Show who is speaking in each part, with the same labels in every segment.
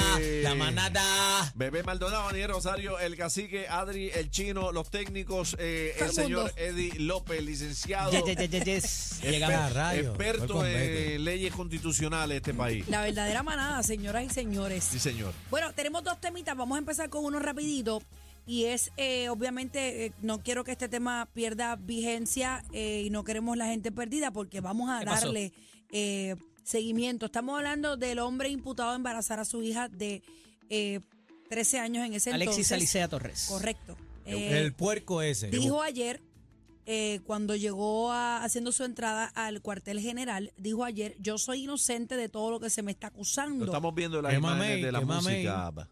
Speaker 1: eh,
Speaker 2: La manada.
Speaker 1: Bebé Maldonado, Daniel Rosario, el cacique, Adri, el chino, los técnicos, eh,
Speaker 3: Todo
Speaker 1: el
Speaker 3: el
Speaker 1: señor
Speaker 3: mundo.
Speaker 1: Eddie López, licenciado.
Speaker 2: Yes, yes, yes, yes, yes. Llega
Speaker 1: exper-
Speaker 2: la radio.
Speaker 1: Experto
Speaker 2: Voy con Beto.
Speaker 1: en leyes constitucionales de este país.
Speaker 3: La verdadera manada, señoras y señores.
Speaker 1: Sí, señor.
Speaker 3: Bueno, tenemos dos temitas. Vamos a empezar con uno rapidito. Y es, eh, obviamente, eh, no quiero que este tema pierda vigencia eh, y no queremos la gente perdida porque vamos a
Speaker 2: ¿Qué pasó?
Speaker 3: darle eh, seguimiento. Estamos hablando del hombre imputado a embarazar a su hija de eh, 13 años en ese
Speaker 2: Alexis
Speaker 3: entonces.
Speaker 2: Alicea Torres.
Speaker 3: Correcto. Eh,
Speaker 4: El puerco ese.
Speaker 3: Dijo ayer, eh, cuando llegó a- haciendo su entrada al cuartel general, dijo ayer, yo soy inocente de todo lo que se me está
Speaker 1: Lo
Speaker 3: acusando.
Speaker 1: estamos viendo en las
Speaker 4: Qué
Speaker 1: imágenes
Speaker 4: mamey,
Speaker 1: de la
Speaker 4: qué mamey.
Speaker 1: música.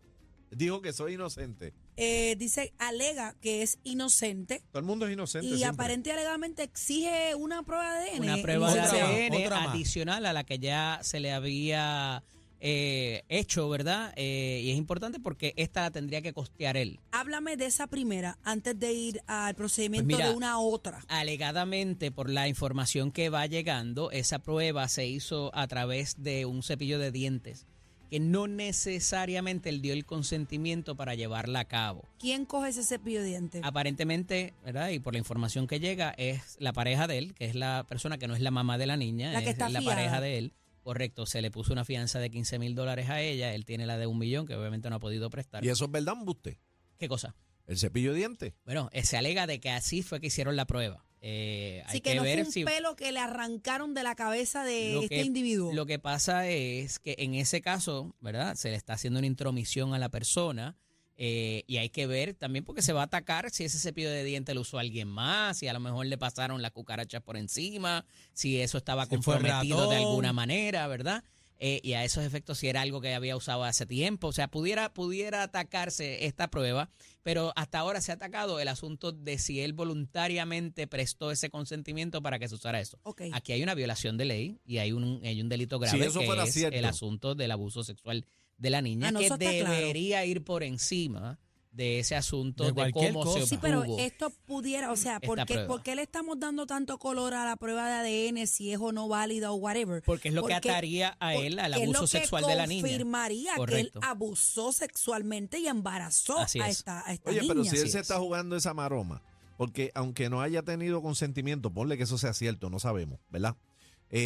Speaker 1: Dijo que soy inocente.
Speaker 3: Eh, dice, alega que es inocente
Speaker 1: Todo el mundo es inocente.
Speaker 3: y
Speaker 1: siempre.
Speaker 3: aparente y alegadamente exige una prueba de ADN.
Speaker 2: Una prueba de
Speaker 4: Otra más,
Speaker 2: ADN
Speaker 4: otra más.
Speaker 2: adicional a la que ya se le había eh, hecho, ¿verdad? Eh, y es importante porque esta la tendría que costear él.
Speaker 3: Háblame de esa primera antes de ir al procedimiento
Speaker 2: Pues mira,
Speaker 3: de una a otra.
Speaker 2: Alegadamente, por la información que va llegando, esa prueba se hizo a través de un cepillo de dientes que no necesariamente él dio el consentimiento para llevarla a cabo.
Speaker 3: ¿Quién coge ese cepillo de dientes?
Speaker 2: Ah, Aparentemente, ¿verdad? Y por la información que llega, es la pareja de él, que es la persona que no es la mamá de la niña,
Speaker 3: La que
Speaker 2: es
Speaker 3: está
Speaker 2: la
Speaker 3: fiada.
Speaker 2: pareja de él. Correcto, se le puso una fianza de 15 mil dólares a ella, él tiene la de un millón, que obviamente no ha podido prestar.
Speaker 1: Y eso es verdad, usted.
Speaker 2: ¿Qué cosa?
Speaker 1: El cepillo de dientes.
Speaker 2: Bueno, eh, se alega de que así fue que hicieron la prueba. Eh, hay
Speaker 3: Así que, no fue
Speaker 2: ver
Speaker 3: un
Speaker 2: si...
Speaker 3: pelo que le arrancaron de la cabeza de
Speaker 2: Lo
Speaker 3: este
Speaker 2: que-
Speaker 3: individuo.
Speaker 2: Lo que pasa es que en ese caso, ¿verdad? Se le está haciendo una intromisión a la persona eh, y hay que ver también porque se va a atacar si ese cepillo de dientes lo usó alguien más, si a lo mejor le pasaron las cucarachas por encima, si eso estaba
Speaker 4: Si fue
Speaker 2: comprometido de
Speaker 4: ratón.
Speaker 2: alguna manera, ¿verdad? Eh, y a esos efectos si era algo que había usado hace tiempo. O sea, pudiera, pudiera atacarse esta prueba, pero hasta ahora se ha atacado el asunto de si él voluntariamente prestó ese consentimiento para que se usara eso.
Speaker 3: Ok.
Speaker 2: Aquí hay una violación de ley y hay un, hay un delito grave
Speaker 1: Si eso
Speaker 2: que
Speaker 1: fuera
Speaker 2: es
Speaker 1: cierto.
Speaker 2: el asunto del abuso sexual de la niña
Speaker 3: Ah, no,
Speaker 2: que
Speaker 3: eso está claro.
Speaker 2: debería ir por encima de ese asunto
Speaker 4: De
Speaker 2: de,
Speaker 4: cualquier
Speaker 2: cómo se
Speaker 4: cosa.
Speaker 2: obtuvo.
Speaker 3: Sí, pero esto pudiera, o sea,
Speaker 2: Esta
Speaker 3: ¿por qué,
Speaker 2: prueba.
Speaker 3: por qué le estamos dando tanto color a la prueba de ADN si es o no válida o whatever?
Speaker 2: porque es lo que
Speaker 3: porque-
Speaker 2: ataría a él al
Speaker 3: Porque es lo
Speaker 2: abuso
Speaker 3: que
Speaker 2: sexual de la niña.
Speaker 3: Confirmaría que él
Speaker 2: Correcto.
Speaker 3: abusó sexualmente y embarazó
Speaker 2: Así
Speaker 3: a
Speaker 2: es.
Speaker 3: esta, a esta
Speaker 1: Oye,
Speaker 3: niña.
Speaker 1: pero si él
Speaker 2: así
Speaker 1: se
Speaker 2: es.
Speaker 1: está jugando esa maroma, porque aunque no haya tenido consentimiento, ponle que eso sea cierto, no sabemos, ¿verdad?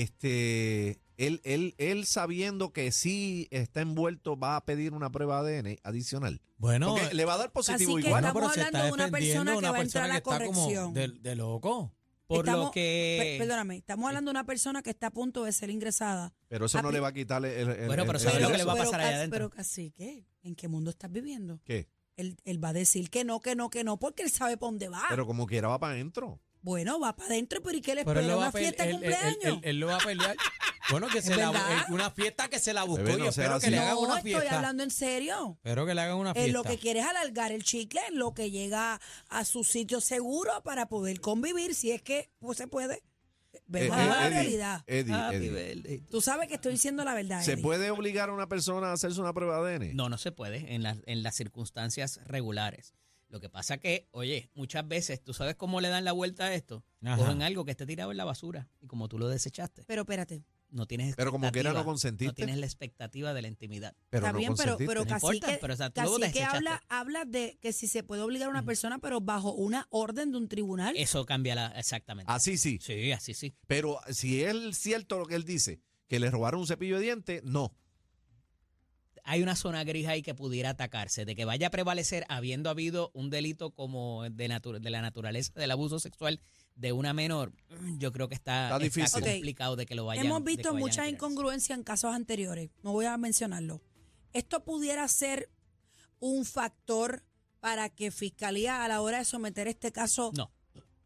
Speaker 1: Este, él, él, él sabiendo que sí está envuelto, va a pedir una prueba ADN adicional.
Speaker 4: Bueno, eh,
Speaker 1: Porque le va a dar
Speaker 3: Así
Speaker 1: positivo
Speaker 3: que
Speaker 1: igual.
Speaker 3: estamos
Speaker 4: pero se
Speaker 3: hablando
Speaker 4: está
Speaker 3: de una
Speaker 4: defendiendo
Speaker 3: persona que
Speaker 4: una
Speaker 3: va a entrar
Speaker 4: persona
Speaker 3: a
Speaker 4: que está como
Speaker 3: corrección.
Speaker 4: de, de loco.
Speaker 2: Por lo
Speaker 3: estamos-
Speaker 2: que
Speaker 3: Pe- perdóname, estamos hablando de una persona que está a punto de ser ingresada.
Speaker 1: Pero eso no
Speaker 3: apli-
Speaker 1: le va a quitar el. el-
Speaker 2: Bueno,
Speaker 1: el-
Speaker 2: pero
Speaker 1: el-
Speaker 2: ¿sabes lo que le va a
Speaker 3: pero
Speaker 2: pasar allá
Speaker 3: casi-
Speaker 2: adentro?
Speaker 3: Pero casi, ¿qué? ¿En qué mundo estás viviendo?
Speaker 1: ¿Qué?
Speaker 3: Él, él va a decir que no, que no, que no, porque él sabe para dónde va.
Speaker 1: Pero como quiera va para adentro.
Speaker 3: bueno, va para adentro, pero ¿y qué le
Speaker 4: Pero él
Speaker 3: espera?
Speaker 4: lo va
Speaker 3: ¿Una
Speaker 4: a pelear.
Speaker 3: fiesta de cumpleaños?
Speaker 4: lo va a pelear. Bueno, que se la,
Speaker 3: verdad?
Speaker 4: eh, una fiesta que se la buscó
Speaker 1: Bebé,
Speaker 4: y
Speaker 1: no sea
Speaker 4: espero
Speaker 1: así.
Speaker 4: que le hagan
Speaker 3: no,
Speaker 4: una
Speaker 3: estoy
Speaker 4: fiesta.
Speaker 3: hablando en serio.
Speaker 4: Espero que le hagan una
Speaker 3: En lo
Speaker 4: fiesta.
Speaker 3: que quiere es alargar el chicle, en lo que llega a su sitio seguro para poder convivir, si es que pues, se puede. Vemos
Speaker 1: Eh, eh,
Speaker 3: la
Speaker 1: Eddie,
Speaker 3: realidad.
Speaker 1: Eddie,
Speaker 2: Happy
Speaker 1: Eddie.
Speaker 2: birthday.
Speaker 3: Tú sabes que estoy diciendo la verdad.
Speaker 1: ¿Se
Speaker 3: Eddie.
Speaker 1: puede obligar a una persona a hacerse una prueba ADN?
Speaker 2: No, no se puede en, las- en las circunstancias regulares. Lo que pasa que, oye, muchas veces, ¿tú sabes cómo le dan la vuelta a esto?
Speaker 4: Ajá.
Speaker 2: Cogen algo que esté tirado en la basura y como tú lo desechaste,
Speaker 3: Pero espérate,
Speaker 2: no tienes
Speaker 1: Pero como quiera no
Speaker 2: expectativa, no
Speaker 1: consentiste.
Speaker 2: tienes la expectativa de la intimidad.
Speaker 1: pero
Speaker 3: está
Speaker 1: no
Speaker 3: bien, pero,
Speaker 1: consentiste.
Speaker 3: pero
Speaker 2: No
Speaker 3: casi
Speaker 2: importa,
Speaker 3: que,
Speaker 2: pero, o sea, tú luego desechaste.
Speaker 3: habla, habla de que si se puede obligar a una
Speaker 2: Ujú.
Speaker 3: persona, pero bajo una orden de un tribunal.
Speaker 2: Eso cambia la, exactamente.
Speaker 3: Ah,
Speaker 1: Así Ah, sí.
Speaker 2: Sí, así sí.
Speaker 1: Pero si es cierto lo que él dice, que le robaron un cepillo de dientes, no.
Speaker 2: Hay una zona gris ahí que pudiera atacarse, de que vaya a prevalecer habiendo habido un delito como de, natu- de la naturaleza del abuso sexual de una menor. mm, Yo creo que está,
Speaker 1: Está difícil.
Speaker 3: Ok.
Speaker 2: complicado de que lo vayan de
Speaker 3: Hemos
Speaker 2: que
Speaker 3: visto
Speaker 2: vayan a
Speaker 3: muchas
Speaker 2: tirar.
Speaker 3: incongruencias en casos anteriores, no voy a mencionarlo. Esto pudiera ser un factor para que Fiscalía a la hora de someter este caso
Speaker 2: No.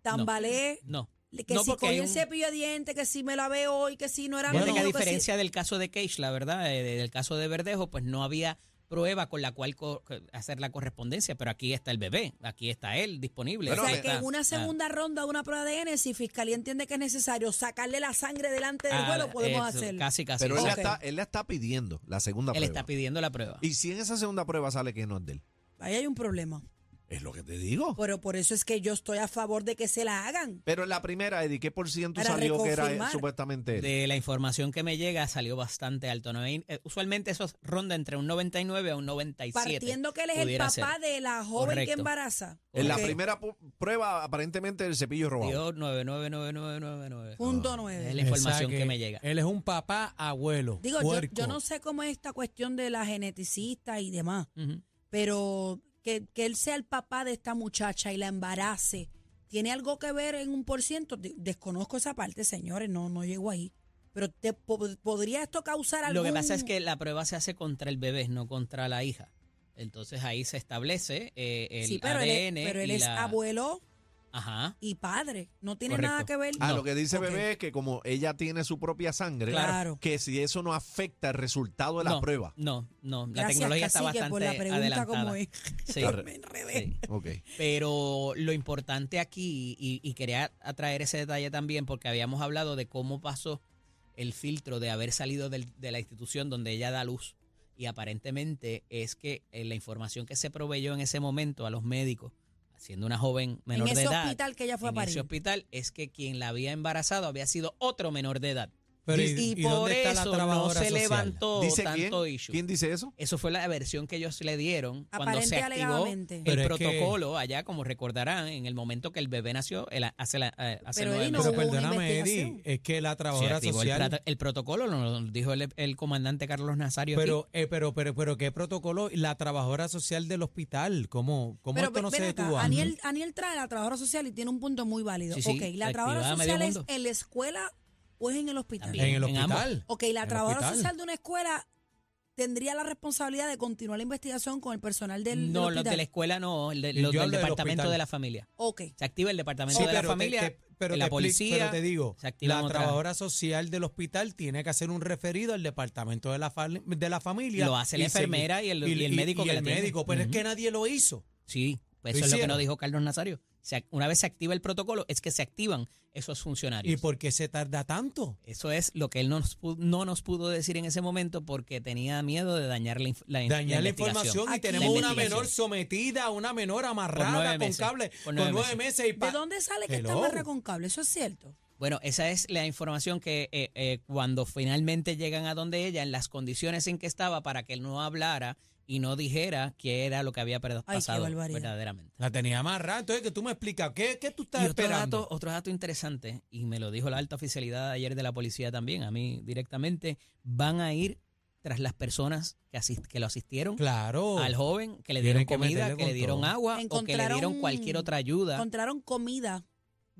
Speaker 3: tambalee,
Speaker 2: No.
Speaker 3: que
Speaker 2: No,
Speaker 3: si
Speaker 2: porque
Speaker 3: cogí
Speaker 2: hay un-
Speaker 3: el cepillo de dientes, que si me la veo hoy, que si no era
Speaker 2: Fíjate
Speaker 3: mío,
Speaker 2: que a
Speaker 3: que si-
Speaker 2: diferencia del caso de Cage, la verdad, eh, del caso de Verdejo, pues no había prueba con la cual co- hacer la correspondencia, pero aquí está el bebé, aquí está él disponible.
Speaker 1: Bueno,
Speaker 3: o
Speaker 2: aquí
Speaker 1: me-
Speaker 3: sea, que
Speaker 2: está-
Speaker 3: en una
Speaker 2: ah,
Speaker 3: segunda ronda de una prueba de ADN, si Fiscalía entiende que es necesario sacarle la sangre delante del
Speaker 2: ah,
Speaker 3: vuelo, podemos
Speaker 2: eso,
Speaker 3: hacerlo.
Speaker 2: Casi, casi.
Speaker 1: Pero él,
Speaker 2: sí.
Speaker 1: la
Speaker 3: Ok.
Speaker 1: está, él la está pidiendo, la segunda
Speaker 2: Él
Speaker 1: prueba.
Speaker 2: está pidiendo la prueba.
Speaker 1: y si en esa segunda prueba sale que no es de él.
Speaker 3: Ahí hay un problema.
Speaker 1: Es lo que te digo.
Speaker 3: Pero por eso es que yo estoy a favor de que se la hagan.
Speaker 1: Pero en la primera, Eddie, ¿qué por ciento
Speaker 3: Para
Speaker 1: salió que era eh,
Speaker 3: reconfirmar.
Speaker 1: supuestamente él?
Speaker 2: De la información que me llega salió bastante alto. No hay- eh, usualmente eso ronda entre un 99 a un 97.
Speaker 3: Partiendo que él es el
Speaker 2: pudiera
Speaker 3: papá
Speaker 2: ser.
Speaker 3: de la joven que
Speaker 2: Correcto.
Speaker 3: embaraza.
Speaker 1: En la
Speaker 3: Ok,
Speaker 1: primera pu- prueba, aparentemente el cepillo es robado.
Speaker 2: Dio 999999.
Speaker 3: Punto
Speaker 2: Es
Speaker 3: nueve.
Speaker 2: la información que, me llega.
Speaker 4: Él es un papá abuelo.
Speaker 3: Digo, yo,
Speaker 4: puerco.
Speaker 3: yo no sé cómo es esta cuestión de la geneticista y demás,
Speaker 2: Ujú.
Speaker 3: pero que, que él sea el papá de esta muchacha y la embarace, ¿tiene algo que ver en un por ciento? De- Desconozco esa parte, señores, no, no llego ahí. Pero te, po- ¿podría esto causar algún...?
Speaker 2: Lo que pasa es que la prueba se hace contra el bebé, no contra la hija. Entonces ahí se establece eh, el
Speaker 3: Sí, pero
Speaker 2: ADN.
Speaker 3: él es, pero él
Speaker 2: y
Speaker 3: es
Speaker 2: la-
Speaker 3: abuelo
Speaker 2: Ajá.
Speaker 3: y padre, no tiene
Speaker 2: Correcto.
Speaker 3: nada que ver.
Speaker 1: Ah,
Speaker 2: No.
Speaker 1: lo que dice
Speaker 3: Ok.
Speaker 1: Bebé es que como ella tiene su propia sangre,
Speaker 3: Claro.
Speaker 1: que si eso no afecta el resultado de la
Speaker 2: no,
Speaker 1: prueba.
Speaker 2: No, no. La
Speaker 3: Gracias,
Speaker 2: tecnología está
Speaker 3: cacique,
Speaker 2: bastante
Speaker 3: por la pregunta
Speaker 2: adelantada.
Speaker 3: como es.
Speaker 2: Sí,
Speaker 1: Claro.
Speaker 3: Me enredé.
Speaker 2: sí.
Speaker 1: Ok.
Speaker 2: Pero lo importante aquí, y, y quería atraer ese detalle también, porque habíamos hablado de cómo pasó el filtro de haber salido del- de la institución donde ella da luz. Y aparentemente es que eh, la información que se proveyó en ese momento a los médicos, siendo una joven menor
Speaker 3: en
Speaker 2: de
Speaker 3: ese
Speaker 2: edad,
Speaker 3: hospital que ella fue a
Speaker 2: en ese
Speaker 3: parir.
Speaker 2: hospital, es que quien la había embarazado había sido otro menor de edad.
Speaker 4: Pero
Speaker 2: y, y por
Speaker 4: dónde está la
Speaker 2: eso no se
Speaker 4: trabajadora social?
Speaker 2: levantó
Speaker 1: ¿Dice
Speaker 2: Oh, tanto
Speaker 1: quién?
Speaker 2: issue.
Speaker 1: ¿Quién dice eso? Ah,
Speaker 2: Eso fue la versión que ellos le dieron cuando
Speaker 3: Aparente
Speaker 2: se
Speaker 3: y
Speaker 2: activó eh,
Speaker 3: alegadamente.
Speaker 2: el
Speaker 4: Pero es que-
Speaker 2: protocolo allá, como recordarán, en el momento que el bebé nació, el- hace, la- eh, hace
Speaker 3: Pero
Speaker 2: nueve
Speaker 3: ahí no
Speaker 2: meses.
Speaker 4: Pero
Speaker 3: hubo una
Speaker 4: perdóname, Eddie,
Speaker 3: investigación.
Speaker 4: es que la
Speaker 2: Se
Speaker 4: trabajadora
Speaker 2: activó el,
Speaker 4: social.
Speaker 2: prata- el protocolo, lo nos dijo el, el comandante Carlos Nazario. aquí.
Speaker 4: Pero, eh, pero, pero, pero, ¿qué protocolo? La trabajadora social del hospital, ¿cómo, cómo
Speaker 3: Pero
Speaker 4: esto no
Speaker 3: ven
Speaker 4: se
Speaker 3: acá,
Speaker 4: detuvo antes?
Speaker 3: Aniel, Aniel trae la trabajadora social y tiene un punto muy válido.
Speaker 2: Sí, sí,
Speaker 3: ok, la
Speaker 2: la
Speaker 3: trabajadora
Speaker 2: activaba medio
Speaker 3: social es
Speaker 2: mundo.
Speaker 3: en la escuela o es en el hospital.
Speaker 2: También.
Speaker 4: En el
Speaker 2: en ambos.
Speaker 4: hospital.
Speaker 3: Ok, la
Speaker 4: el
Speaker 3: trabajadora
Speaker 4: hospital.
Speaker 3: social de una escuela tendría la responsabilidad de continuar la investigación con el personal del,
Speaker 2: no, los
Speaker 3: del
Speaker 2: de
Speaker 3: hospital.
Speaker 2: la escuela no, el de-
Speaker 4: Yo
Speaker 2: los del
Speaker 4: hablo del
Speaker 2: departamento
Speaker 4: hospital.
Speaker 2: de la familia.
Speaker 3: ok,
Speaker 2: Se activa el departamento
Speaker 4: Sí,
Speaker 2: de la
Speaker 4: pero te-
Speaker 2: familia,
Speaker 4: te- pero
Speaker 2: la
Speaker 4: te expli-
Speaker 2: policía.
Speaker 4: pero te digo,
Speaker 2: se activan
Speaker 4: la
Speaker 2: otras-
Speaker 4: trabajadora social del hospital tiene que hacer un referido al departamento de la, fal- de la familia.
Speaker 2: Lo hace la
Speaker 4: y
Speaker 2: enfermera y el- y el médico que
Speaker 4: el
Speaker 2: la atiende.
Speaker 4: médico, pero es
Speaker 2: Ujú.
Speaker 4: que nadie lo hizo.
Speaker 2: Sí, pues
Speaker 4: Lo
Speaker 2: eso es lo que
Speaker 4: hicieron.
Speaker 2: nos dijo Carlos Nazario. Se ac- una vez se activa el protocolo, es que se activan esos funcionarios.
Speaker 4: ¿Y por qué se tarda tanto?
Speaker 2: Eso es lo que él no nos, pu- no nos pudo decir en ese momento porque tenía miedo de dañar la, inf- la in-
Speaker 4: Dañar la
Speaker 2: investigación.
Speaker 4: información y
Speaker 3: Aquí-
Speaker 4: tenemos
Speaker 2: La
Speaker 4: una
Speaker 2: investigación.
Speaker 4: menor sometida, una menor amarrada
Speaker 2: nueve
Speaker 4: con
Speaker 2: meses.
Speaker 4: cable
Speaker 2: Por
Speaker 4: con
Speaker 2: nueve
Speaker 4: nueve meses. y pa-
Speaker 3: ¿de dónde sale que está
Speaker 4: Hello.
Speaker 3: barra con cable? Eso es cierto.
Speaker 2: Bueno, esa es la información que eh, eh, cuando finalmente llegan a donde ella, en las condiciones en que estaba, para que él no hablara y no dijera qué era lo que había per-
Speaker 3: qué
Speaker 2: pasado
Speaker 3: barbaridad.
Speaker 2: verdaderamente.
Speaker 4: La tenía amarrada. Entonces, que tú me explicas, ¿qué, qué tú estás
Speaker 2: Y otro
Speaker 4: esperando?
Speaker 2: dato, otro dato interesante, y me lo dijo la alta oficialidad ayer de la policía también, a mí directamente, van a ir tras las personas que, asist- que lo asistieron
Speaker 4: Claro.
Speaker 2: uh, al joven, que le dieron
Speaker 4: Tienen que
Speaker 2: comida,
Speaker 4: meterle
Speaker 2: que
Speaker 4: con
Speaker 2: le dieron
Speaker 4: todo.
Speaker 2: agua o que le dieron
Speaker 3: Encontraron-
Speaker 2: cualquier otra ayuda.
Speaker 3: Encontraron
Speaker 1: Ah,
Speaker 3: comida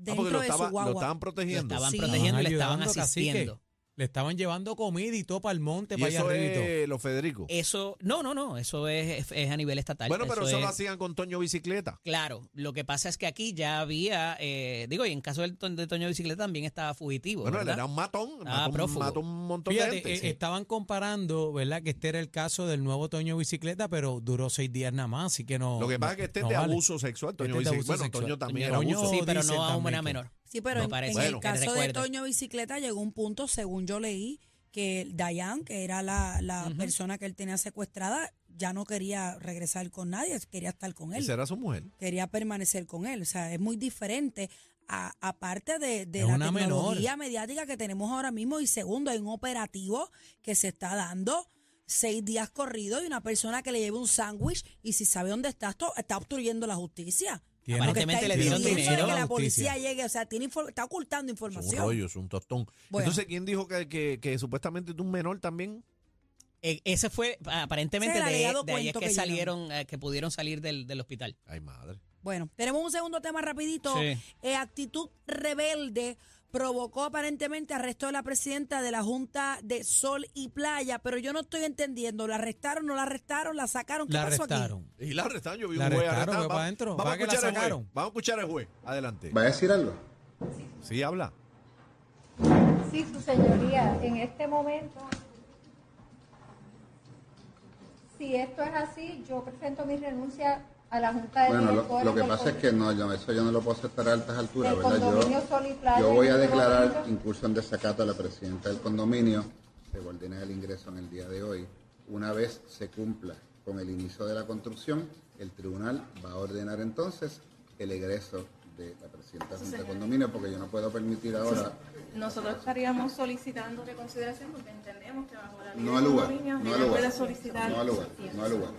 Speaker 1: porque
Speaker 3: dentro
Speaker 1: lo,
Speaker 3: de
Speaker 1: estaba-
Speaker 3: su
Speaker 1: lo
Speaker 3: guagua.
Speaker 1: estaban protegiendo.
Speaker 2: Lo estaban
Speaker 3: Sí.
Speaker 2: protegiendo, le
Speaker 4: Estaban
Speaker 2: estaban
Speaker 4: ayudando, cacique.
Speaker 2: asistiendo.
Speaker 4: Le estaban llevando comida y todo para el monte,
Speaker 1: Y
Speaker 4: para allá
Speaker 1: eso
Speaker 4: arriba. y todo.
Speaker 1: es lo Federico.
Speaker 2: Eso, no, no, no, eso es, es a nivel estatal.
Speaker 1: bueno, pero eso,
Speaker 2: es-
Speaker 1: lo hacían con Toño Bicicleta.
Speaker 2: Claro, lo que pasa es que aquí ya había, eh, digo, y en caso del to- de Toño Bicicleta también estaba fugitivo.
Speaker 1: Bueno, él
Speaker 2: Pues, ¿verdad?
Speaker 1: era un matón. mató,
Speaker 2: Ah,
Speaker 1: un-
Speaker 2: prófugo.
Speaker 1: mató un montón
Speaker 4: Fíjate,
Speaker 1: de gente.
Speaker 4: eh,
Speaker 1: sí.
Speaker 4: estaban comparando, ¿verdad? Que este era el caso del nuevo Toño Bicicleta, pero duró seis días nada más, así que no.
Speaker 1: Lo que pasa
Speaker 4: no-
Speaker 1: es que este es
Speaker 4: no
Speaker 1: de
Speaker 4: vale.
Speaker 1: abuso sexual. Toño
Speaker 4: Este es
Speaker 1: Bicicleta.
Speaker 4: de abuso
Speaker 1: Bueno,
Speaker 4: sexual.
Speaker 1: Toño también
Speaker 4: Toño-
Speaker 1: era abuso.
Speaker 2: sí, pero
Speaker 4: dicen
Speaker 2: no a
Speaker 4: también
Speaker 2: una
Speaker 4: que-
Speaker 2: menor.
Speaker 3: Sí, pero
Speaker 2: Me
Speaker 3: en,
Speaker 2: parece
Speaker 3: en
Speaker 2: que
Speaker 3: el caso de
Speaker 2: recuerde.
Speaker 3: Toño Bicicleta llegó un punto, según yo leí, que Dayan, que era la, la
Speaker 2: Ujú.
Speaker 3: persona que él tenía secuestrada, ya no quería regresar con nadie, quería estar con él,
Speaker 1: Esa era su mujer.
Speaker 3: quería permanecer con él. O sea, es muy diferente, a- aparte de, de
Speaker 4: Es
Speaker 3: la
Speaker 4: una menor.
Speaker 3: tecnología mediática que tenemos ahora mismo. Y segundo, hay un operativo que se está dando seis días corridos y una persona que le lleva un sándwich y si sabe dónde está, esto está obstruyendo la justicia.
Speaker 4: Tiene-
Speaker 3: Porque
Speaker 2: Aparentemente
Speaker 3: está
Speaker 2: le dieron
Speaker 3: impidiendo
Speaker 2: dinero a
Speaker 3: que
Speaker 4: la
Speaker 3: la
Speaker 4: justicia.
Speaker 3: policía llegue, o sea, tiene infor- está ocultando
Speaker 1: Es un
Speaker 3: información.
Speaker 1: rollo, es un tostón.
Speaker 3: Bueno.
Speaker 1: Entonces, ¿quién dijo que, que, que supuestamente es un menor también?
Speaker 2: Eh, ese fue ah, aparentemente
Speaker 3: Ese era el
Speaker 2: de,
Speaker 3: legado
Speaker 2: de ahí es
Speaker 3: cuento
Speaker 2: que,
Speaker 3: que
Speaker 2: salieron, eh, que pudieron salir del, del hospital.
Speaker 1: Ay, madre.
Speaker 3: Bueno, tenemos un segundo tema rapidito.
Speaker 2: Sí.
Speaker 3: Eh, actitud rebelde provocó aparentemente arresto de la presidenta de la Junta de Sol y Playa, pero yo no estoy entendiendo, ¿la arrestaron, no la arrestaron, la sacaron? ¿Qué
Speaker 4: La
Speaker 3: pasó aquí?
Speaker 4: arrestaron.
Speaker 1: Y la arrestaron, yo vi
Speaker 4: La
Speaker 1: un juez
Speaker 4: arrestaron,
Speaker 1: arrestado.
Speaker 4: fue
Speaker 1: Va-
Speaker 4: para adentro,
Speaker 1: Vamos a
Speaker 4: fue que la
Speaker 1: escuchar al juez.
Speaker 4: sacaron.
Speaker 1: Vamos a escuchar al juez. Adelante.
Speaker 5: ¿Va a decir algo?
Speaker 1: Sí, habla.
Speaker 6: Sí, su señoría, en este momento, si esto es así, yo presento mi renuncia a la Junta de
Speaker 5: Bueno, lo,
Speaker 6: Directores
Speaker 5: lo que
Speaker 6: del
Speaker 5: pasa es que no, yo, eso yo no lo puedo aceptar a altas alturas,
Speaker 6: Del
Speaker 5: ¿verdad?
Speaker 6: condominio Sol y Playa
Speaker 5: Yo, yo voy
Speaker 6: en
Speaker 5: a
Speaker 6: este
Speaker 5: declarar
Speaker 6: momento.
Speaker 5: incursión de sacato a la presidenta del condominio, se ordena el ingreso en el día de hoy, una vez se cumpla Con el inicio de la construcción, el tribunal va a ordenar entonces el egreso de la presidenta de la Junta de Condominio, porque yo no puedo permitir ahora,
Speaker 7: Nosotros estaríamos solicitando reconsideración porque entendemos que bajo la ley
Speaker 5: no
Speaker 7: de
Speaker 5: al lugar,
Speaker 7: condominio,
Speaker 5: no
Speaker 7: ella
Speaker 5: al
Speaker 7: puede
Speaker 5: lugar,
Speaker 7: solicitar.
Speaker 5: no al lugar, no al lugar.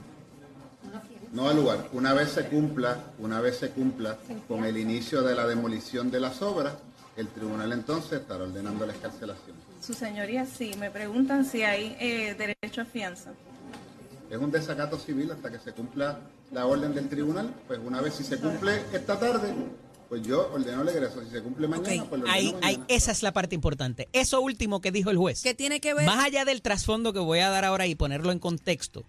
Speaker 5: No al lugar. Una vez se cumpla, una vez se cumpla con el inicio de la demolición de las obras, el tribunal entonces estará ordenando la escarcelación.
Speaker 7: Su señoría, sí, me preguntan si hay eh, derecho a fianza.
Speaker 5: Es un desacato civil hasta que se cumpla la orden del tribunal. Pues una vez si se cumple esta tarde, pues yo ordeno el egreso. Si se cumple mañana,
Speaker 3: Ok,
Speaker 5: pues lo ordeno
Speaker 2: Ahí,
Speaker 5: mañana.
Speaker 2: ahí, esa es la parte importante. Eso último que dijo el juez.
Speaker 3: ¿Qué tiene que ver?
Speaker 2: Más allá del trasfondo que voy a dar ahora y ponerlo en contexto,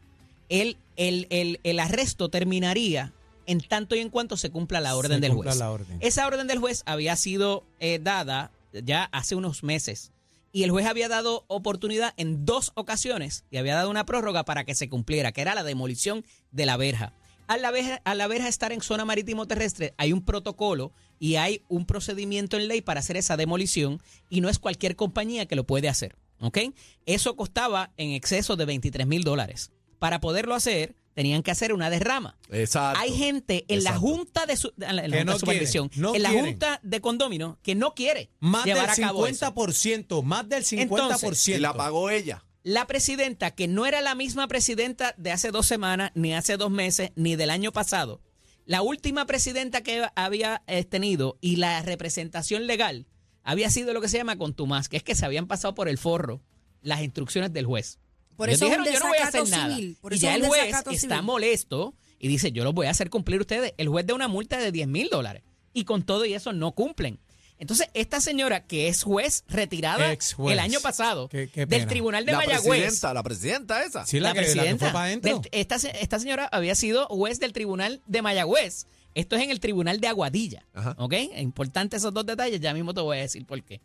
Speaker 2: el, el, el, el arresto terminaría en tanto y en cuanto se cumpla la orden
Speaker 4: Se
Speaker 2: del
Speaker 4: cumpla
Speaker 2: juez.
Speaker 4: la orden.
Speaker 2: Esa orden del juez había sido eh, dada ya hace unos meses y el juez había dado oportunidad en dos ocasiones y había dado una prórroga para que se cumpliera, que era la demolición de la verja. Al la verja, al la verja estar en zona marítimo terrestre hay un protocolo y hay un procedimiento en ley para hacer esa demolición y no es cualquier compañía que lo puede hacer. ¿ok? Eso costaba en exceso de 23 mil dólares. Para poderlo hacer tenían que hacer una derrama.
Speaker 1: Exacto.
Speaker 2: Hay gente en la
Speaker 1: Exacto.
Speaker 2: junta de, su- en la
Speaker 4: Que
Speaker 2: junta
Speaker 4: no
Speaker 2: de supervisión,
Speaker 4: quieren, no
Speaker 2: en la
Speaker 4: quieren.
Speaker 2: junta de condominio, que no quiere
Speaker 4: Más del
Speaker 2: llevar a cabo eso.
Speaker 4: 50%, más del 50%.
Speaker 1: Y la pagó ella.
Speaker 2: La presidenta, que no era la misma presidenta de hace dos semanas, ni hace dos meses, ni del año pasado, la última presidenta que había eh, tenido y la representación legal había sido lo que se llama contumaz, que es que se habían pasado por el forro las instrucciones del juez.
Speaker 3: Por
Speaker 2: Ellos
Speaker 3: eso es un
Speaker 2: dijeron, yo no voy a hacer
Speaker 3: desacato
Speaker 2: nada.
Speaker 3: civil. Por
Speaker 2: y
Speaker 3: eso
Speaker 2: ya
Speaker 3: es
Speaker 2: el
Speaker 3: un
Speaker 2: juez
Speaker 3: desacato
Speaker 2: está
Speaker 3: civil.
Speaker 2: molesto y dice, yo los voy a hacer cumplir ustedes. El juez da una multa de 10 mil dólares y con todo y eso no cumplen. Entonces, esta señora que es juez retirada
Speaker 4: Ex juez.
Speaker 2: el año pasado
Speaker 4: Qué- qué
Speaker 2: del
Speaker 4: pena.
Speaker 2: Tribunal de
Speaker 1: La
Speaker 2: Mayagüez.
Speaker 1: presidenta, la presidenta esa.
Speaker 4: Sí, la, que- la que, fue para adentro.
Speaker 2: del- esta, se- esta señora había sido juez del Tribunal de Mayagüez. Esto es en el Tribunal de Aguadilla.
Speaker 1: Ajá.
Speaker 2: ¿Ok? Es Importante esos dos detalles. Ya mismo te voy a decir por qué.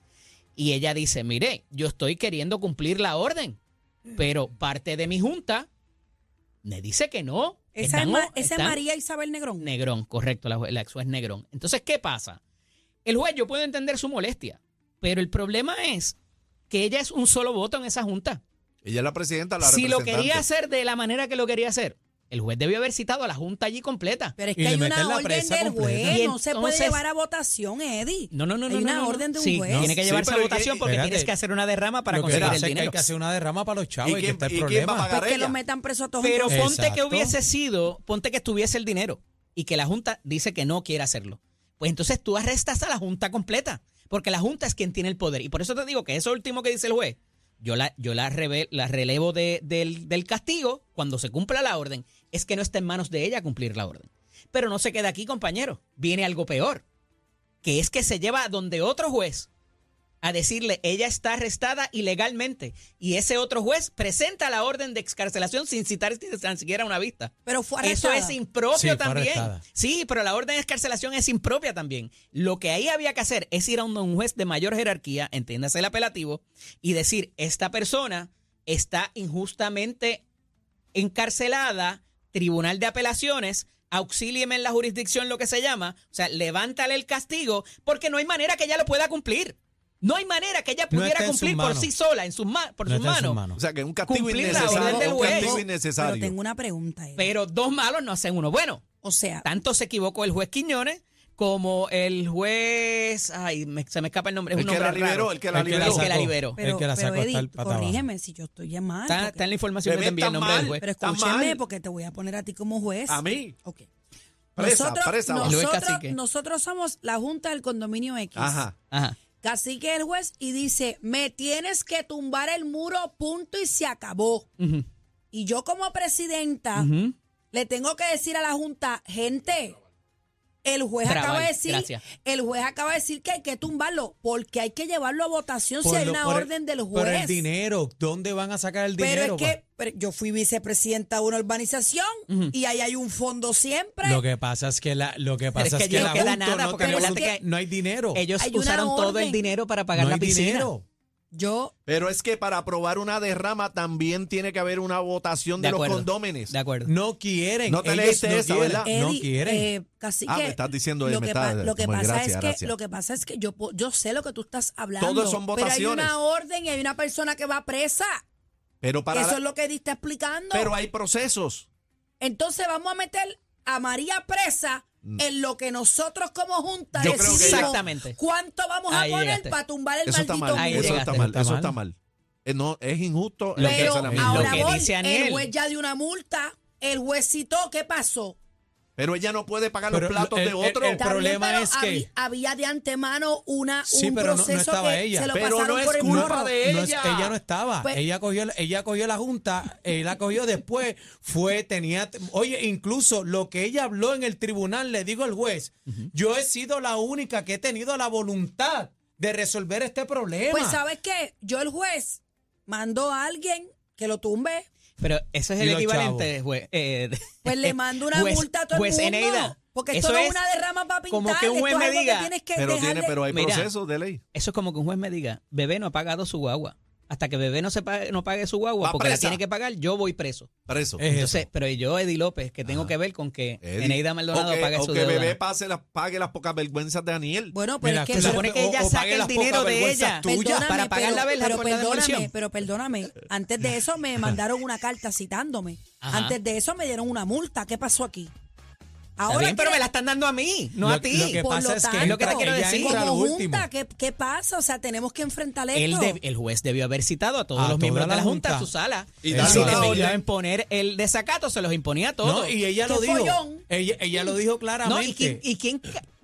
Speaker 2: Y ella dice: Mire, yo estoy queriendo cumplir la orden, pero parte de mi junta me dice que no. que
Speaker 3: Esa, es,
Speaker 2: están-
Speaker 3: Ma- esa es
Speaker 2: están-
Speaker 3: María Isabel Negrón.
Speaker 2: Negrón, correcto, la, jue- la ex juez Negrón. Entonces, ¿qué pasa? El juez, yo puedo entender su molestia, pero el problema es que ella es un solo voto en esa junta.
Speaker 1: Ella es la presidenta, la
Speaker 2: Si lo
Speaker 1: representante.
Speaker 2: quería hacer de la manera que lo quería hacer, el juez debió haber citado a la junta allí completa.
Speaker 3: Pero es
Speaker 4: Y
Speaker 3: que
Speaker 4: le
Speaker 3: hay
Speaker 4: meten la
Speaker 3: una orden
Speaker 4: presa
Speaker 3: del juez.
Speaker 4: completa.
Speaker 2: Y
Speaker 3: no se puede
Speaker 2: entonces-
Speaker 3: llevar a votación, Eddie.
Speaker 2: No, no, no, no.
Speaker 3: Hay una
Speaker 2: no, no.
Speaker 3: orden de un
Speaker 2: Sí,
Speaker 3: juez.
Speaker 2: Tiene que
Speaker 1: Sí,
Speaker 2: llevarse
Speaker 1: pero
Speaker 2: a
Speaker 1: es que-
Speaker 2: votación porque
Speaker 4: espérate.
Speaker 2: tienes que hacer una derrama para
Speaker 4: lo que
Speaker 2: conseguir
Speaker 1: pasa
Speaker 2: el
Speaker 4: es que hay
Speaker 2: dinero.
Speaker 4: que hacer una derrama para los
Speaker 1: ¿Y
Speaker 4: chavos y, que
Speaker 1: quién-
Speaker 4: está el
Speaker 1: y quién va a
Speaker 4: problema.
Speaker 1: pagar?
Speaker 3: Pues que
Speaker 1: ella.
Speaker 3: los metan presos todos
Speaker 2: Pero
Speaker 3: juntos.
Speaker 2: ponte que
Speaker 4: Exacto.
Speaker 2: hubiese sido, ponte que estuviese el dinero y que la Junta dice que no quiere hacerlo. Pues entonces tú arrestas a la Junta completa, porque la Junta es quien tiene el poder. Y por eso te digo que eso último que dice el juez, yo la, yo la, reve- la relevo de- del, del castigo cuando se cumpla la orden, es que no está en manos de ella cumplir la orden. Pero no se queda aquí, compañero. Viene algo peor, que es que se lleva a donde otro juez a decirle, ella está arrestada ilegalmente. Y ese otro juez presenta la orden de excarcelación sin citar ni tan siquiera una vista.
Speaker 3: Pero fue
Speaker 2: Eso
Speaker 3: arrestada.
Speaker 2: es impropio
Speaker 4: Sí, fue
Speaker 2: también.
Speaker 4: arrestada.
Speaker 2: Sí, pero la orden de excarcelación es impropia también. Lo que ahí había que hacer es ir a un, un juez de mayor jerarquía, entiéndase el apelativo, y decir, esta persona está injustamente encarcelada, tribunal de apelaciones, auxílieme en la jurisdicción, lo que se llama, o sea, levántale el castigo, porque no hay manera que ella lo pueda cumplir. No hay manera que ella
Speaker 4: No
Speaker 2: pudiera
Speaker 4: está en sus
Speaker 2: cumplir por
Speaker 4: manos.
Speaker 2: sí sola, en sus ma- por
Speaker 4: No
Speaker 2: sus
Speaker 4: está en sus
Speaker 2: manos.
Speaker 4: manos.
Speaker 1: O sea, que es un castigo
Speaker 2: Cumplir la
Speaker 1: innecesario.
Speaker 2: orden del
Speaker 1: un
Speaker 2: juez.
Speaker 1: castigo
Speaker 3: Pero
Speaker 1: innecesario.
Speaker 3: tengo una pregunta, Eddie.
Speaker 2: Pero dos malos no hacen uno bueno.
Speaker 3: o sea,
Speaker 2: Tanto se equivocó el juez Quiñones como el juez. Ay, me- se me escapa el nombre. Es
Speaker 1: El
Speaker 2: un
Speaker 1: que la
Speaker 2: nombre raro.
Speaker 1: liberó, el que la
Speaker 4: El que la
Speaker 1: liberó.
Speaker 2: El que la
Speaker 4: sacó.
Speaker 2: liberó.
Speaker 4: el
Speaker 3: pero,
Speaker 4: que la
Speaker 3: pero
Speaker 4: sacó está
Speaker 3: Eddie,
Speaker 4: el pata abajo.
Speaker 3: corrígeme si yo estoy en mal.
Speaker 2: Está,
Speaker 3: porque-
Speaker 2: está en la información que
Speaker 1: Bebé,
Speaker 2: te envié el
Speaker 1: está
Speaker 2: nombre del
Speaker 1: mal.
Speaker 2: juez.
Speaker 3: pero
Speaker 1: está
Speaker 3: escúcheme
Speaker 1: mal.
Speaker 3: porque te voy a poner a ti como juez.
Speaker 1: A mí.
Speaker 3: Ok.
Speaker 1: Presa,
Speaker 3: nosotros,
Speaker 1: presa. va.
Speaker 2: Luis
Speaker 3: nosotros,
Speaker 2: Cacique.
Speaker 3: nosotros somos la junta del condominio X.
Speaker 1: Ajá.
Speaker 2: Ajá.
Speaker 3: Cacique es el juez y dice, me tienes que tumbar el muro, punto, y se acabó.
Speaker 2: Ujú,
Speaker 3: Y yo como presidenta
Speaker 2: ujú.
Speaker 3: le tengo que decir a la junta, gente, el juez
Speaker 2: Trabal,
Speaker 3: acaba de decir,
Speaker 2: gracias.
Speaker 3: el juez acaba de decir que hay que tumbarlo porque hay que llevarlo a votación si
Speaker 4: Por
Speaker 3: hay
Speaker 4: lo-
Speaker 3: una
Speaker 4: por el-
Speaker 3: orden del juez.
Speaker 4: Por el dinero, ¿dónde van a sacar el
Speaker 3: Pero
Speaker 4: dinero?
Speaker 3: es que pero yo fui vicepresidenta de una urbanización y ahí hay un fondo siempre.
Speaker 4: Pues, Lo que pasa es que la, lo que pasa
Speaker 2: es que
Speaker 4: es que
Speaker 2: allí no
Speaker 4: la
Speaker 2: queda
Speaker 4: Junta
Speaker 2: nada,
Speaker 4: no,
Speaker 2: porque
Speaker 4: tenemos-
Speaker 2: acuérdate que
Speaker 4: no hay dinero.
Speaker 2: Ellos
Speaker 3: Hay una
Speaker 2: usaron todo el
Speaker 3: orden.
Speaker 2: dinero para pagar
Speaker 4: no
Speaker 2: la
Speaker 4: hay
Speaker 2: piscina.
Speaker 4: dinero.
Speaker 3: Yo
Speaker 1: Pero es que para aprobar una derrama también tiene que haber una votación de,
Speaker 2: De
Speaker 1: los
Speaker 2: acuerdo.
Speaker 1: condómenes.
Speaker 2: De acuerdo.
Speaker 4: No quieren.
Speaker 1: No te
Speaker 4: Ellos
Speaker 1: leíste
Speaker 4: no
Speaker 1: esa,
Speaker 4: quieren.
Speaker 1: ¿verdad?
Speaker 3: Eddie,
Speaker 4: No quieren.
Speaker 3: eh, cacique,
Speaker 1: Ah, me estás diciendo,
Speaker 3: lo
Speaker 1: me
Speaker 3: que,
Speaker 1: está-
Speaker 3: pa- lo que
Speaker 1: muy
Speaker 3: pasa
Speaker 1: gracias,
Speaker 3: es que
Speaker 1: gracias.
Speaker 3: lo que pasa es que yo po- yo sé lo que tú estás hablando.
Speaker 1: Todos son
Speaker 3: Pero hay
Speaker 1: votaciones.
Speaker 3: una orden y hay una persona que va presa.
Speaker 1: Pero para
Speaker 3: Eso
Speaker 1: la-
Speaker 3: es lo que Eddie está explicando.
Speaker 1: pero hay procesos.
Speaker 3: Entonces vamos a meter a María presa en lo que nosotros como junta
Speaker 2: Yo
Speaker 1: creo que
Speaker 3: decidimos
Speaker 1: ella-
Speaker 2: Exactamente.
Speaker 3: cuánto vamos a
Speaker 2: Ahí
Speaker 3: poner
Speaker 2: llegaste.
Speaker 3: para tumbar el
Speaker 1: Eso está
Speaker 3: maldito
Speaker 1: mal,
Speaker 2: Ahí
Speaker 3: muro.
Speaker 1: eso
Speaker 2: llegaste,
Speaker 1: está mal,
Speaker 4: está
Speaker 1: eso
Speaker 4: mal.
Speaker 1: está mal. Eh, No, es injusto.
Speaker 2: Lo que-
Speaker 1: que
Speaker 3: Pero
Speaker 1: hace la misma.
Speaker 3: ahora
Speaker 2: lo que
Speaker 3: voy,
Speaker 2: dice Aniel.
Speaker 3: el juez ya dio una multa, el juez citó, ¿qué pasó?
Speaker 1: Pero ella no puede pagar
Speaker 4: Pero
Speaker 1: los platos
Speaker 4: el-
Speaker 1: de
Speaker 4: el-
Speaker 1: otro.
Speaker 4: el-
Speaker 3: Está bien,
Speaker 4: problema
Speaker 3: pero
Speaker 4: es que-
Speaker 3: habi- había de antemano una,
Speaker 4: Sí,
Speaker 3: un
Speaker 4: pero no- no
Speaker 3: proceso
Speaker 4: estaba
Speaker 3: que
Speaker 4: ella.
Speaker 3: se lo
Speaker 1: Pero
Speaker 3: pasaron
Speaker 1: no es
Speaker 3: por el
Speaker 1: culpa
Speaker 3: morro.
Speaker 1: de
Speaker 4: No es-
Speaker 1: ella.
Speaker 4: ella no estaba.
Speaker 3: Pues-
Speaker 4: ella, cogió, la- ella cogió la junta, eh, la cogió después, fue, tenía. Oye, incluso lo que ella habló en el tribunal, le digo al juez, yo he sido la única que he tenido la voluntad de resolver este problema.
Speaker 3: Pues ¿sabes qué? Yo el juez mandó a alguien que lo tumbe,
Speaker 2: Pero eso es
Speaker 4: Y
Speaker 2: el
Speaker 4: los
Speaker 2: equivalente
Speaker 4: chavos.
Speaker 2: de juez. eh, de-
Speaker 3: pues le mando una
Speaker 2: juez-
Speaker 3: multa a todo
Speaker 2: juez
Speaker 3: el mundo.
Speaker 2: pues, Eneida,
Speaker 3: porque esto
Speaker 2: eso
Speaker 3: no es una derrama para pintar,
Speaker 2: como que un juez
Speaker 3: esto es
Speaker 2: me
Speaker 3: algo
Speaker 2: diga,
Speaker 3: que tienes que
Speaker 1: Pero tiene,
Speaker 3: dejarle-
Speaker 1: pero hay
Speaker 2: Mira.
Speaker 1: procesos de ley.
Speaker 2: Eso es como que un juez me diga, bebé no ha pagado su guagua. Hasta que bebé no se pague, no pague su guagua
Speaker 1: Va
Speaker 2: porque la
Speaker 1: presa.
Speaker 2: tiene que pagar, yo voy preso.
Speaker 1: Para eso.
Speaker 4: Es
Speaker 2: Entonces, pero yo, Eddie López, que tengo
Speaker 1: Ajá.
Speaker 2: que ver con que
Speaker 1: Eddie.
Speaker 2: Eneida Maldonado
Speaker 1: O que-
Speaker 2: pague
Speaker 1: o
Speaker 2: su
Speaker 1: que
Speaker 2: deuda.
Speaker 1: bebé pase las, pague las pocas vergüenzas de Daniel.
Speaker 3: Bueno, pero
Speaker 4: Mira,
Speaker 3: es que
Speaker 4: tú
Speaker 2: Se
Speaker 3: eso-
Speaker 2: supone que
Speaker 4: O-
Speaker 2: ella
Speaker 4: o
Speaker 2: saca
Speaker 4: pague
Speaker 2: el
Speaker 4: las
Speaker 2: dinero
Speaker 4: pocas
Speaker 2: de ella
Speaker 4: vergüenzas tuyas
Speaker 3: Perdóname,
Speaker 2: para pagar
Speaker 3: pero-
Speaker 2: la verja
Speaker 3: pero
Speaker 2: por la
Speaker 3: perdóname,
Speaker 2: demolición.
Speaker 3: pero perdóname. Antes de eso me mandaron una carta citándome.
Speaker 2: Ajá.
Speaker 3: Antes de eso me dieron una multa. ¿Qué pasó aquí?
Speaker 2: Está bien, pero
Speaker 3: quiere-
Speaker 2: me la están dando a mí, no
Speaker 4: Lo-
Speaker 2: a ti.
Speaker 4: lo que
Speaker 3: Por
Speaker 4: pasa
Speaker 3: lo
Speaker 4: es que
Speaker 3: tanto,
Speaker 2: es lo que te quiero
Speaker 4: ella
Speaker 2: decir.
Speaker 4: entra
Speaker 3: como
Speaker 4: al último.
Speaker 3: junta, ¿qué, qué pasa? O sea, tenemos que enfrentar esto.
Speaker 2: Él deb- el juez debió haber citado a todos
Speaker 4: A
Speaker 2: los
Speaker 4: toda
Speaker 2: miembros de
Speaker 4: la
Speaker 2: la Junta a
Speaker 4: junta.
Speaker 2: su sala.
Speaker 1: Y
Speaker 2: Y
Speaker 1: dale
Speaker 2: si
Speaker 1: una
Speaker 2: le
Speaker 1: orden.
Speaker 2: iba a imponer el desacato, se los imponía a todos.
Speaker 4: No, y ella
Speaker 3: Qué
Speaker 4: lo dijo.
Speaker 3: follón.
Speaker 4: Ella, ella lo dijo
Speaker 2: No,
Speaker 4: claramente.
Speaker 2: ¿y, quién, y quién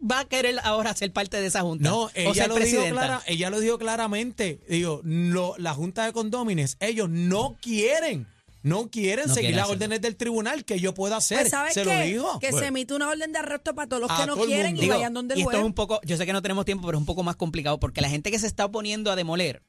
Speaker 2: va a querer ahora ser parte de esa Junta?
Speaker 4: No,
Speaker 2: O
Speaker 4: ella,
Speaker 2: ser
Speaker 4: lo dijo
Speaker 2: presidenta.
Speaker 4: clara- ella lo dijo claramente. Digo, lo- la Junta de Condómines, ellos no quieren, no quieren
Speaker 2: No
Speaker 4: seguir
Speaker 2: quieren
Speaker 4: las
Speaker 2: hacerlo.
Speaker 4: órdenes del tribunal que yo puedo hacer.
Speaker 3: Pues, ¿sabes
Speaker 4: se
Speaker 3: qué?
Speaker 4: lo dijo.
Speaker 3: Que se
Speaker 1: Bueno.
Speaker 3: emite una orden de arresto para todos los
Speaker 4: A
Speaker 3: que no
Speaker 4: todo el
Speaker 3: quieren y
Speaker 4: mundo.
Speaker 2: Digo,
Speaker 3: vayan donde el
Speaker 2: y esto
Speaker 3: juez.
Speaker 2: es un poco, yo sé que no tenemos tiempo, pero es un poco más complicado porque la gente que se está oponiendo a demoler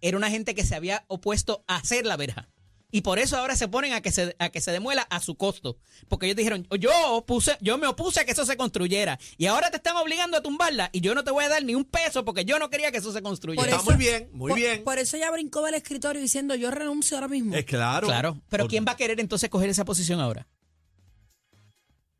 Speaker 2: era una gente que se había opuesto a hacer la verja. Y por eso ahora se ponen a que se, a que se demuela a su costo. Porque ellos dijeron, yo opuse, yo me opuse a que eso se construyera. Y ahora te están obligando a tumbarla y yo no te voy a dar ni un peso porque yo no quería que eso se construyera.
Speaker 1: Está
Speaker 3: eso-
Speaker 1: muy bien, muy
Speaker 3: por,
Speaker 1: bien.
Speaker 3: Por eso ya brincó del escritorio diciendo yo renuncio ahora mismo.
Speaker 1: Eh, claro.
Speaker 2: Claro. Pero
Speaker 1: Por-
Speaker 2: ¿quién va a querer entonces coger esa posición ahora?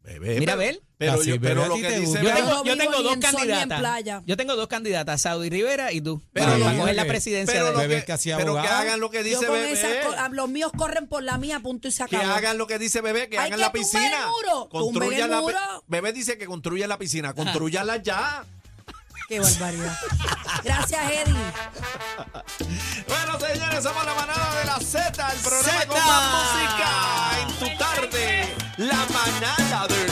Speaker 1: Bebé, pero-
Speaker 2: Mira, Abel.
Speaker 1: Pero,
Speaker 4: Así,
Speaker 1: yo-
Speaker 4: bebé,
Speaker 1: pero
Speaker 4: a
Speaker 1: lo
Speaker 4: ti
Speaker 1: que
Speaker 4: te
Speaker 1: dice
Speaker 4: gusta.
Speaker 2: Yo
Speaker 3: Pero
Speaker 2: tengo,
Speaker 3: no
Speaker 2: yo
Speaker 3: vivo
Speaker 2: tengo
Speaker 3: ni
Speaker 2: dos
Speaker 3: en sol ni en
Speaker 2: candidatas.
Speaker 3: playa.
Speaker 2: Yo tengo dos candidatas, Saudi Rivera y tú.
Speaker 1: Pero
Speaker 2: para
Speaker 1: lo-
Speaker 2: coger la
Speaker 4: que-
Speaker 2: presidencia
Speaker 1: Pero,
Speaker 2: de
Speaker 1: lo
Speaker 4: Bebé
Speaker 1: que,
Speaker 4: que hacía
Speaker 1: pero que
Speaker 4: abogado.
Speaker 1: hagan lo que
Speaker 3: Yo
Speaker 1: dice
Speaker 3: con
Speaker 1: bebé.
Speaker 3: esas co- a- los míos corren por la mía, punto y se
Speaker 1: Que
Speaker 3: acabó.
Speaker 1: hagan lo que dice bebé, que
Speaker 3: Hay
Speaker 1: hagan
Speaker 3: que
Speaker 1: la
Speaker 3: tumbar
Speaker 1: piscina.
Speaker 3: el muro, tumben el
Speaker 1: la
Speaker 3: muro. Ah.
Speaker 1: pi- Bebé dice que construya la piscina, construyala ya.
Speaker 3: Qué barbaridad. Gracias, Eddie.
Speaker 1: Bueno, señores, somos la manada de la Z, el programa con
Speaker 2: Zeta.
Speaker 1: más música en tu tarde. La manada de